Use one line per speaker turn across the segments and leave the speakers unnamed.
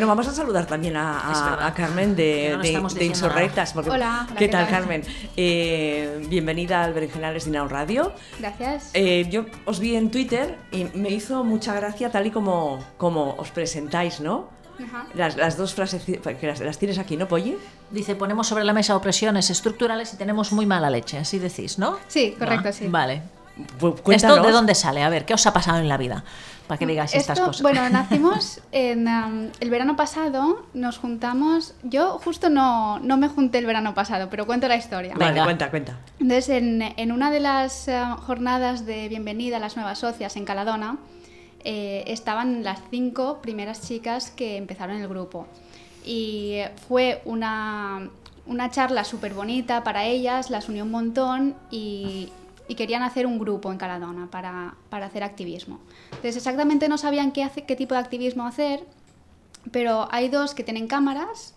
Bueno, vamos a saludar también a, a, a Carmen de,
Que no nos
de-
estamos
de
diciendo
Insurrectas. porque-
Hola, hola,
¿qué
¿qué
tal,
tal?
Carmen? Eh, bienvenida al Berenjenales Dinao Radio.
Gracias.
Eh, yo os vi en Twitter y me hizo mucha gracia tal y como, como os presentáis, ¿no?
Ajá.
Las, las dos frases que las, las tienes aquí, ¿no, Polly?
Dice, ponemos sobre la mesa opresiones estructurales y tenemos muy mala leche, así decís, ¿no?
Sí, correcto,
Ah,
sí.
Vale.
Pu- cuéntanos.
¿Esto de dónde sale? A ver, ¿qué os ha pasado en la vida? Para que digáis estas
Esto,
cosas.
Bueno, nacimos en, um, el verano pasado, nos juntamos. Yo justo no, no me junté el verano pasado, pero cuento la historia.
Vale,
Venga.
cuenta, cuenta.
Entonces, en, en una de las eh, jornadas de bienvenida a las nuevas socias en Caladona, eh, estaban las cinco primeras chicas que empezaron el grupo. Y eh, fue una, una charla súper bonita para ellas, las unió un montón y, y querían hacer un grupo en Caladona para, para hacer activismo. Entonces, exactamente no sabían qué, hace- qué tipo de activismo hacer, pero hay dos que tienen cámaras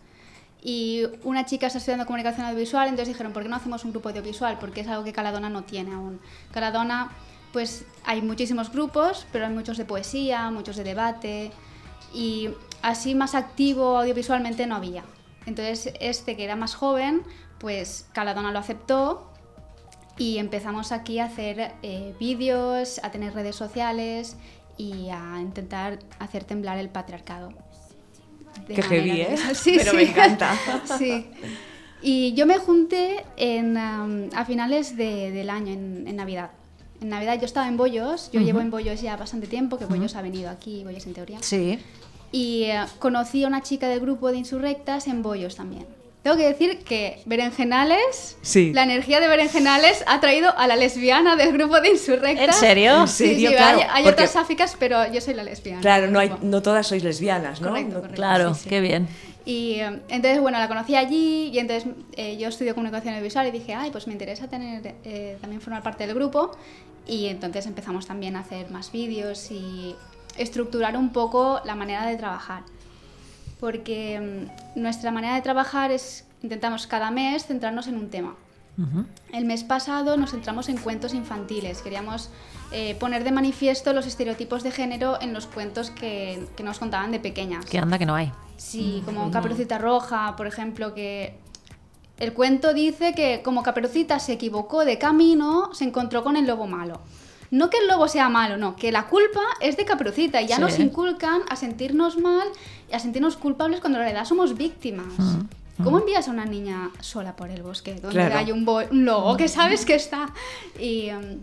y una chica está estudiando comunicación audiovisual, entonces dijeron, ¿por qué no hacemos un grupo audiovisual? Porque es algo que Caladona no tiene aún. Caladona, pues hay muchísimos grupos, pero hay muchos de poesía, muchos de debate, y así más activo audiovisualmente no había. Entonces este que era más joven, pues Caladona lo aceptó y empezamos aquí a hacer eh, vídeos, a tener redes sociales y a intentar hacer temblar el patriarcado. De
Qué heavy,
manera
¿eh?
que-
Pero me encanta.
sí. Y yo me junté en, am, a finales de- del año, en, en Navidad. En Navidad yo estaba en Bollos, yo llevo en Bollos ya bastante tiempo, que Bollos ha venido aquí, Bollos en teoría.
Sí.
Y eh, conocí a una chica del grupo de Insurrectas en Bollos también. Tengo que decir que Berenjenales,
Sí.
la energía de Berenjenales ha traído a la lesbiana del grupo de Insurrectas.
¿En serio?
¿En
Sí, sí,
serio?
hay-
claro,
hay,
porque-
otras sáficas, pero yo soy la lesbiana.
Claro, no, hay,
del grupo.
no todas sois lesbianas, ¿no?
Correcto,
No-
correcto.
Claro,
Sí, sí.
qué bien.
Y eh, entonces, bueno, la conocí allí y entonces eh, yo estudio comunicación audiovisual y dije, ay, pues me interesa tener, eh, también formar parte del grupo. Y entonces empezamos también a hacer más vídeos y estructurar un poco la manera de trabajar. Porque mm, nuestra manera de trabajar es, intentamos cada mes centrarnos en un tema.
Ujú.
El mes pasado nos centramos en cuentos infantiles. Queríamos eh, poner de manifiesto los estereotipos de género en los cuentos que, que nos contaban de pequeñas.
Que anda que no hay.
Sí, como Caperucita Roja, por ejemplo, que el cuento dice que como Caperucita se equivocó de camino, se encontró con el lobo malo. No que el lobo sea malo, no, que la culpa es de Caperucita y ya
Sí.
nos inculcan a sentirnos mal y a sentirnos culpables cuando en realidad somos víctimas. ¿Cómo envías a una niña sola por el bosque donde
Claro.
hay un, bo- un lobo que sabes que está? Y em,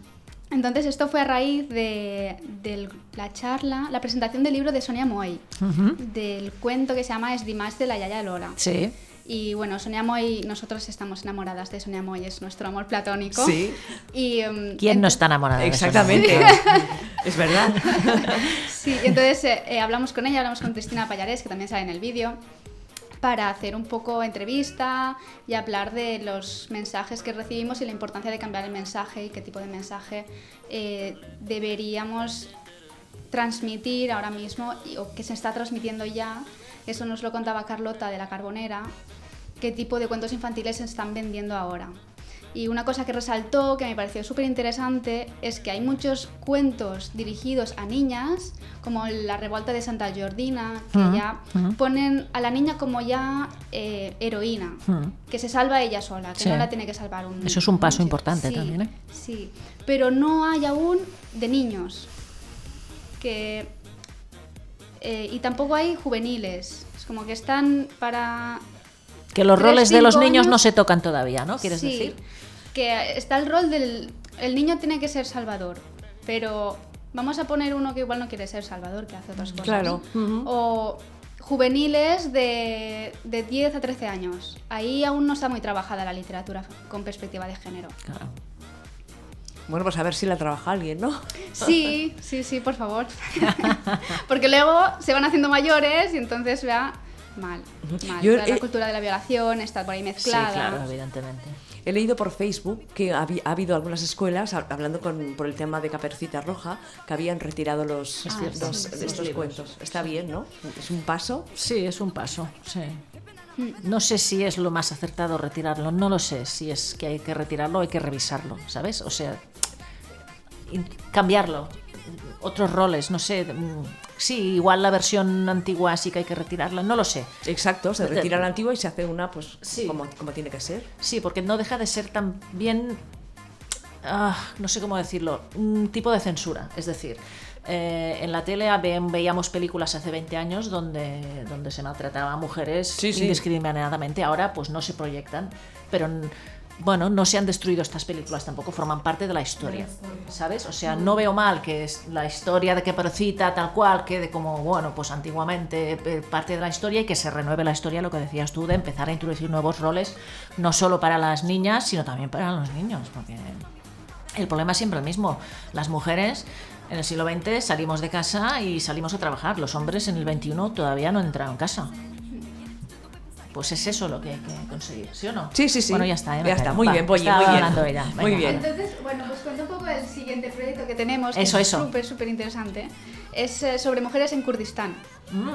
entonces esto fue a raíz de, de la charla, la presentación del libro de Sonia Moy
Ujú.
del cuento que se llama Es Dimash de la Yaya Lola.
Sí.
Y bueno, Sonia Moy, nosotros estamos enamoradas de Sonia Moy, es nuestro amor platónico.
Sí.
Y, em,
¿Quién Ah, no
ento-
está enamorado? de eso?
Exactamente. es verdad.
Sí, y entonces eh, eh, hablamos con ella, hablamos con Cristina Pallarés, que también sale en el vídeo, para hacer un poco entrevista y hablar de los mensajes que recibimos y la importancia de cambiar el mensaje y qué tipo de mensaje eh, deberíamos transmitir ahora mismo y- o que se está transmitiendo ya. Eso nos lo contaba Carlota de la Carbonera, qué tipo de cuentos infantiles se están vendiendo ahora. Y una cosa que resaltó, que me pareció súper interesante, es que hay muchos cuentos dirigidos a niñas, como La Revuelta de Santa Jordina, que
Ujú,
ya
ujú.
ponen a la niña como ya eh, heroína,
Ujú.
que se salva ella sola, que
Sí.
no la tiene que salvar un
Eso es un paso
chico.
importante
Sí,
también, ¿eh?
Sí, pero no hay aún de niños, que eh, y tampoco hay juveniles. Es como que están para.
Que los
Tres,
roles de los
cinco
niños no
años.
se tocan todavía, ¿no? ¿Quieres
Sí,
decir?
Que está el rol del. El niño tiene que ser salvador, pero vamos a poner uno que igual no quiere ser salvador, que hace otras cosas.
Claro, ujú.
O juveniles de, de 10 a 13 años. Ahí aún no está muy trabajada la literatura con perspectiva de género.
Claro.
Bueno, pues a ver si la trabaja alguien, ¿no?
Sí, sí, sí, por favor. Porque luego se van haciendo mayores y entonces vea mal. mal.
Yo,
Toda la
eh,
cultura de la violación está por ahí mezclada.
Sí, claro, evidentemente.
He leído por Facebook que ha, habi- ha habido algunas escuelas, hab- hablando con, por el tema de Capercita Roja, que habían retirado los,
Ah,
los-
sí, sí,
estos
sí.
cuentos. Está bien, ¿no? Es un paso.
Sí, es un paso, sí. No sé si es lo más acertado retirarlo, no lo sé. Si es que hay que retirarlo, hay que revisarlo, ¿sabes? O sea, in- cambiarlo, otros roles, no sé. mm, sí, igual la versión antigua sí que hay que retirarla, no lo sé.
Exacto, se retira la antigua y se hace una pues
Sí.
como, como tiene que ser.
Sí, porque no deja de ser también, ah, no sé cómo decirlo, un tipo de censura. Es decir, eh, en la tele ve- veíamos películas hace 20 años donde, donde se maltrataba a mujeres
Sí, sí.
indiscriminadamente. Ahora pues no se proyectan, pero n- bueno, no se han destruido estas películas tampoco, forman parte de la historia, ¿sabes? O
Mm.
sea, no veo mal que es la historia de que Caperucita tal cual quede como, bueno, pues antiguamente eh, parte de la historia y que se renueve la historia, lo que decías tú, de empezar a introducir nuevos roles, no solo para las niñas, sino también para los niños, porque el problema es siempre el mismo. Las mujeres en el siglo XX salimos de casa y salimos a trabajar. Los hombres en el XXI todavía no entraron en casa. Pues es eso lo que hay que conseguir, ¿sí o no?
Sí, sí, sí.
Bueno, ya está. ¿eh? Me
Ya está,
callo.
muy
Va,
bien, Polly,
estaba
muy bien.
hablando ella.
Muy
Venga,
bien.
va.
Entonces, bueno, pues cuento un poco el siguiente proyecto que tenemos. que
Eso,
es
eso.
Súper, súper interesante. Es eh, sobre mujeres en Kurdistán.
Mm.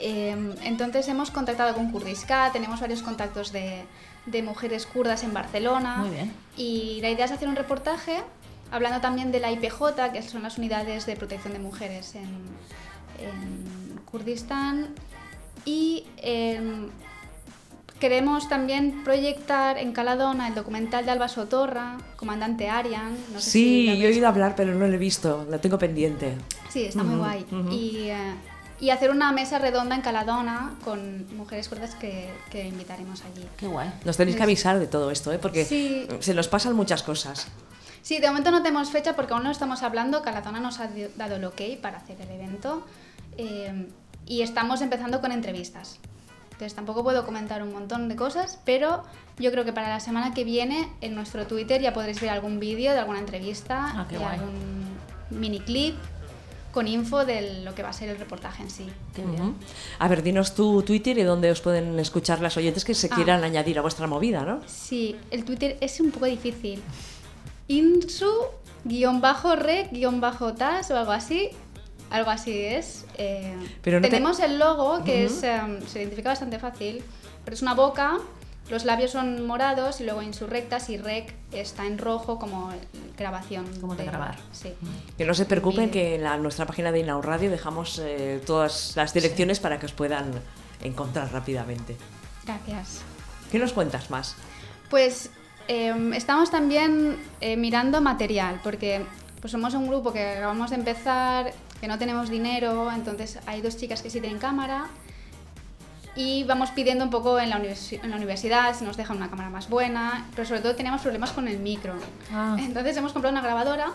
Eh, entonces hemos contactado con Kurdisca, tenemos varios contactos de, de mujeres kurdas en Barcelona.
Muy bien.
Y la idea es hacer un reportaje hablando también de la IPJ, que son las unidades de protección de mujeres en, en Kurdistán. Y em, queremos también proyectar en Caladona el documental de Alba Sotorra, Comandante Arian. No
sí,
sé si la
yo he oído hablar, pero no lo he visto. Lo tengo pendiente.
Sí, está muy
Ujú,
guay.
ujú.
y, eh, y hacer una mesa redonda en Caladona con mujeres kurdas que, que invitaremos allí.
Qué guay.
Nos tenéis que avisar de todo esto, ¿eh? porque
Sí.
se nos pasan muchas cosas.
Sí, de momento no tenemos fecha porque aún no estamos hablando. Caladona nos ha di- dado el ok para hacer el evento. eh, y estamos empezando con entrevistas. Entonces tampoco puedo comentar un montón de cosas, pero yo creo que para la semana que viene en nuestro Twitter ya podréis ver algún vídeo de alguna entrevista
Ah, qué
y
guay.
algún mini clip con info de lo que va a ser el reportaje en sí.
Qué bien.
Ujú. A ver, dinos tu Twitter y dónde os pueden escuchar las oyentes que se
Ah.
quieran añadir a vuestra movida, ¿no?
Sí, el Twitter es un poco difícil. Insu guión bajo re guión bajo tas o algo así. Algo así es. eh,
Pero no te-
tenemos el logo que es, em, se identifica bastante fácil, pero es una boca, los labios son morados y luego insurrectas y rec está en rojo como grabación.
Como de grabar.
Sí.
Que no se preocupen
Bien.
que en la- nuestra página de Inaud Radio dejamos eh, todas las direcciones para que os puedan encontrar rápidamente.
Gracias.
¿Qué nos cuentas más?
Pues eh, estamos también eh, mirando material, porque pues somos un grupo que acabamos de empezar, que no tenemos dinero, entonces hay dos chicas que sí tienen cámara y vamos pidiendo un poco en la, universi- en la universidad si nos dejan una cámara más buena, pero sobre todo teníamos problemas con el micro.
Ah.
Entonces hemos comprado una grabadora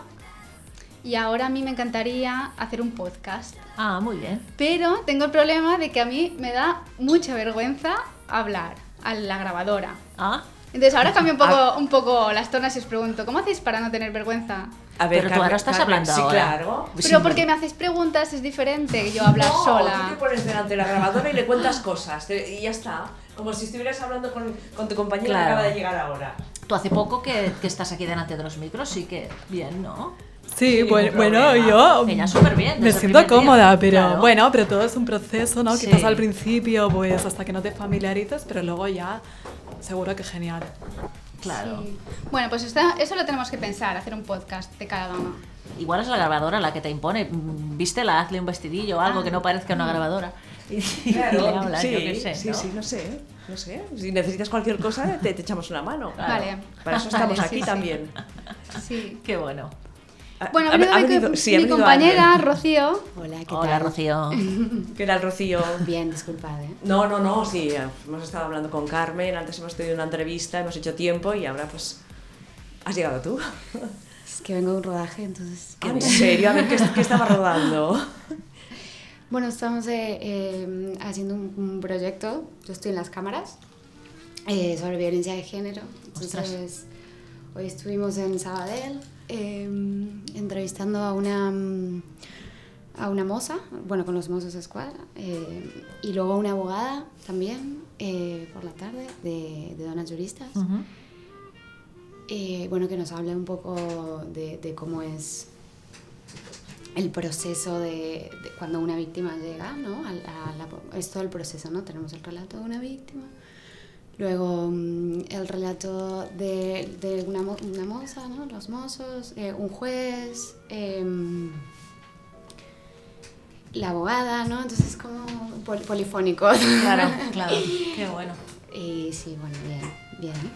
y ahora a mí me encantaría hacer un podcast.
Ah, muy bien.
Pero tengo el problema de que a mí me da mucha vergüenza hablar a la grabadora.
Ah,
Entonces ahora cambio un poco,
Ah.
un poco las tonas y os pregunto, ¿cómo hacéis para no tener vergüenza?
A ver,
pero tú
Carmen-
ahora estás
Carmen,
hablando
sí,
ahora.
claro.
Pues
Pero
sí,
porque me hacéis preguntas es diferente que yo hablar
No,
sola.
Tú te pones delante de la grabadora y le cuentas cosas te- y ya está. Como si estuvieras hablando con, con tu compañera que
Claro.
acaba de llegar ahora.
Tú hace poco que, que estás aquí delante de los micros, sí que bien, ¿no?
Sí,
Ningún
bueno, bueno,
problema.
yo
Ella súper bien.
me
desde el
siento
primer día.
cómoda, pero
Claro.
bueno, pero todo es un proceso, ¿no?
Sí.
Quizás al principio, pues hasta que no te familiarices, pero luego ya seguro que genial.
Claro.
Sí. Bueno, pues está- eso lo tenemos que pensar, hacer un podcast de cada uno.
Igual es la grabadora la que te impone. Mm, Vístela, hazle un vestidillo o algo que no parezca una grabadora. Y, y le hablas,
sí,
yo qué sé.
sí,
¿no?
sí, no sé, no sé. Si necesitas cualquier cosa, te, te echamos una mano.
Claro.
Vale.
Para eso estamos
Vale,
aquí
sí, sí.
también.
Sí.
Qué bueno.
Ha-
Bueno, ha
Ah. ha- ha
venido mi, co-
venido- sí, ha
mi
venido
compañera Rocío.
Hola, ¿qué
Hola,
tal?
Rocío.
alguien. Que era el Rocío.
Bien, disculpad, ¿eh?
No, no, no, sí, eh, hemos estado hablando con Carmen, antes hemos tenido una entrevista, hemos hecho tiempo y ahora pues has llegado tú. Ah,
Es que vengo de un rodaje, entonces...
¿En serio? A ver, ¿qué, qué estaba rodando?
Bueno, estamos eh, eh, haciendo un, un proyecto, yo estoy en las cámaras, eh, sobre violencia de género.
Ostras.
Entonces, hoy estuvimos en Sabadell eh, entrevistando a una, mm, a una moza, bueno, con los mozos de Squad, eh, y luego a una abogada también eh, por la tarde de, de donas juristas.
Ujú.
Eh, bueno, que nos hable un poco de, de cómo es el proceso de, de cuando una víctima llega, ¿no? A la- a la- es todo el proceso, ¿no? Tenemos el relato de una víctima, luego mm, el relato de, de una, mo- una moza, ¿no? Los mozos, eh, un juez, em, la abogada, ¿no? Entonces es como pol- polifónico.
Claro, claro. Qué bueno.
Y sí, bueno, bien, bien.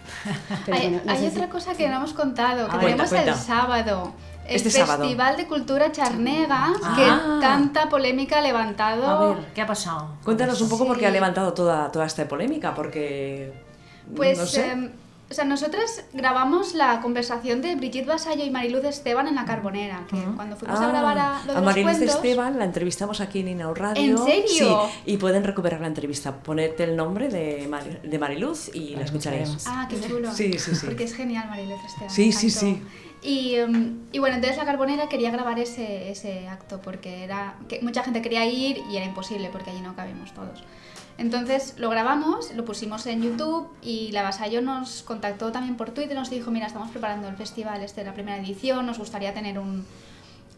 Pero
Hay,
bueno, no
hay
sé si-
otra cosa que no hemos contado, que
Ah,
tenemos
cuenta,
el
cuenta.
sábado. El
Este sábado.
Festival de Cultura Charnega,
Ah.
que tanta polémica ha
A
levantado.
ver, ¿qué ha pasado?
Cuéntanos un poco
Sí.
por qué ha levantado toda, toda esta polémica, porque...
Pues,
no sé.
em, o sea, nosotras grabamos la conversación de Brigitte Basallo y Mariluz Esteban en La Carbonera, que cuando fuimos a
Ah,
grabar a, lo de
a
los
Mariluz
cuentos-
Esteban la entrevistamos aquí en Inau Radio.
¿En serio?
Sí, y pueden recuperar la entrevista. Ponete el nombre de, Mari- de Mariluz y la escucharéis.
Ah, qué chulo.
Sí, sí, sí.
Porque es genial Mariluz Esteban.
Sí,
me
sí,
encantó.
sí.
Y, em, y bueno, entonces la Carbonera quería grabar ese, ese acto porque era que mucha gente quería ir y era imposible porque allí no cabíamos todos. Entonces lo grabamos, lo pusimos en YouTube y la Vasallo nos contactó también por Twitter, nos dijo, mira, estamos preparando el festival, este la primera edición, nos gustaría tener un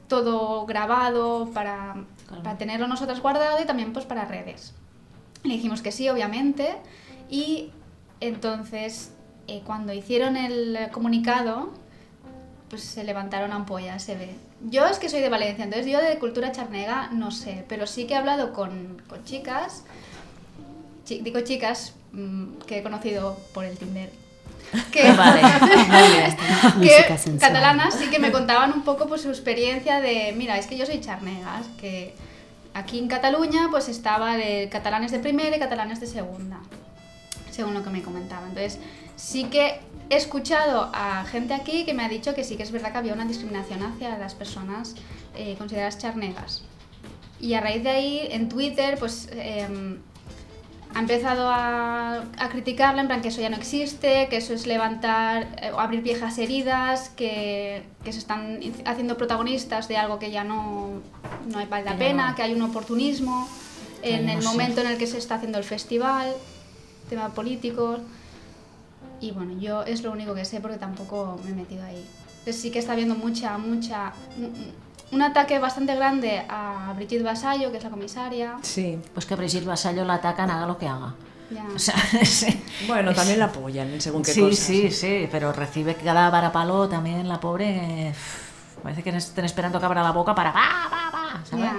todo grabado para, para tenerlo nosotras guardado y también pues para redes. Le dijimos que sí, obviamente. Y entonces, eh, cuando hicieron el eh, comunicado, pues se levantaron ampollas, se ve. Yo es que soy de Valencia, entonces yo de cultura charnega no sé, pero sí que he hablado con, con chicas, chi- digo chicas mm, que he conocido por el Tinder, que,
Vale, muy bien.
Música
que
sensual.
catalanas sí que me contaban un poco pues, su experiencia de, mira, es que yo soy charnegas, que aquí en Cataluña pues estaba de catalanes de primera y catalanes de segunda, según lo que me comentaban. Entonces sí que he escuchado a gente aquí que me ha dicho que sí que es verdad que había una discriminación hacia las personas eh, consideradas charnegas. Y a raíz de ahí, en Twitter, pues em, ha empezado a, a criticarla, en plan que eso ya no existe, que eso es levantar eh, o abrir viejas heridas, que, que se están hi- haciendo protagonistas de algo que ya no, no vale la
ya
pena,
no-
que hay un oportunismo
Que
en
ya
el
no
momento en el que se está haciendo el festival, tema políticos. Y bueno, yo es lo único que sé porque tampoco me he metido ahí. Pero sí que está habiendo mucha, mucha. un- Un ataque bastante grande a Brigitte Basallo, que es la comisaria.
Sí.
Pues que a Brigitte Vasallo la atacan, haga lo que haga.
Ya.
O sea, sí.
Bueno, también la apoyan en según qué
sí,
cosas.
sí, sí, pero recibe cada varapalo también la pobre. eh, parece que estén esperando que abra la boca para. ¡Va, va, va! ¿sabes?
Ya.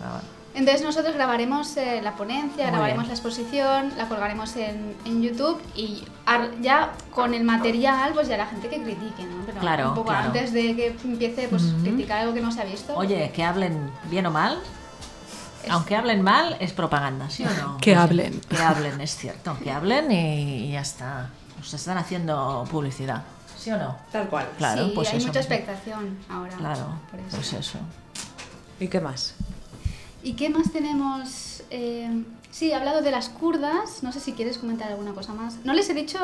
Pero bueno.
Entonces nosotros grabaremos eh, la ponencia,
Muy
grabaremos
bien.
la exposición, la colgaremos en, en YouTube y ar- ya con el material pues ya la gente que critique, ¿no? Pero
Claro,
un poco
claro.
antes de que empiece pues criticar algo que no se ha visto.
Oye, que hablen bien o mal. Aunque hablen mal, es propaganda, ¿sí o no?
Que hablen.
Que hablen, es cierto. Que hablen y, y ya está. Nos están haciendo publicidad, ¿sí o no?
Tal cual.
Claro,
sí,
pues
hay
eso.
mucha
mismo.
expectación ahora.
Claro,
por eso.
pues eso.
¿Y qué más?
¿Y qué más tenemos? Eh, sí, he hablado de las kurdas. No sé si quieres comentar alguna cosa más. No les he dicho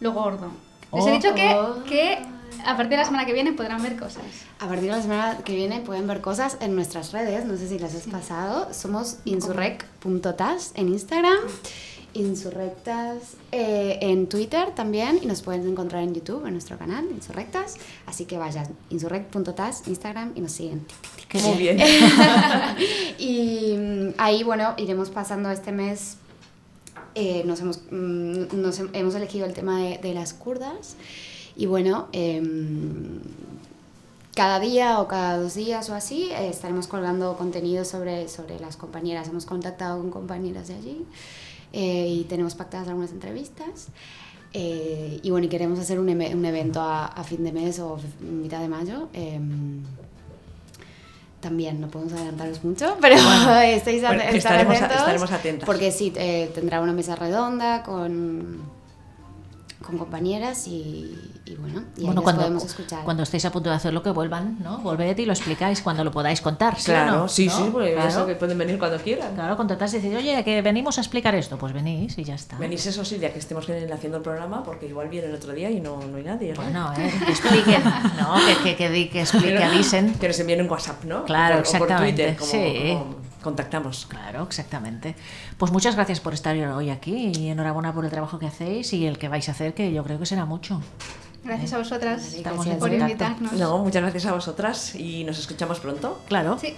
lo gordo. Les he
Oh.
dicho que, que a partir de la semana que viene podrán ver cosas.
A partir de la semana que viene pueden ver cosas en nuestras redes, no sé si las has pasado. Somos insurrec.tas en Instagram, insurrectas eh, en Twitter también y nos pueden encontrar en YouTube, en nuestro canal, insurrectas. Así que vayan, insurrec.tas, Instagram y nos siguen.
Muy bien.
y mm, ahí, bueno, iremos pasando este mes. eh, nos hemos, mm, nos hem- hemos elegido el tema de, de las kurdas. Y bueno, em, cada día o cada dos días o así eh, estaremos colgando contenido sobre, sobre las compañeras. Hemos contactado con compañeras de allí eh, y tenemos pactadas algunas entrevistas. Eh, y bueno, y queremos hacer un, eme- un evento a, a fin de mes o f- mitad de mayo. em, también no podemos adelantaros mucho, pero estáis
Bueno,
estar
estaremos-
atentos,
estaremos atentas.
Porque sí, eh, tendrá una mesa redonda con, con compañeras y, y bueno, y ahí
bueno,
nos
cuando,
podemos escuchar.
cuando estéis a punto de hacerlo, que vuelvan, ¿no? Volved y lo explicáis cuando lo podáis contar. ¿sí o
Claro,
no?
sí,
¿No?
sí, porque
Claro.
eso que pueden venir cuando quieran.
Claro, contratás y decís, oye, que venimos a explicar esto. Pues venís y ya está.
Venís eso sí, ya que estemos haciendo el programa, porque igual viene el otro día y no, no hay nadie. ¿no?
Bueno, eh, que expliquen. No, que, que, que, di- que explique, que avisen.
Que nos envíen un WhatsApp, ¿no?
Claro,
O por- o por Twitter,
exactamente,
como,
sí.
como contactamos.
Claro, exactamente. Pues muchas gracias por estar hoy aquí y enhorabuena por el trabajo que hacéis y el que vais a hacer, que yo creo que será mucho.
Gracias a vosotras
Estamos en
por
contacto.
invitarnos.
No, muchas gracias a vosotras y nos escuchamos pronto.
Claro.
Sí.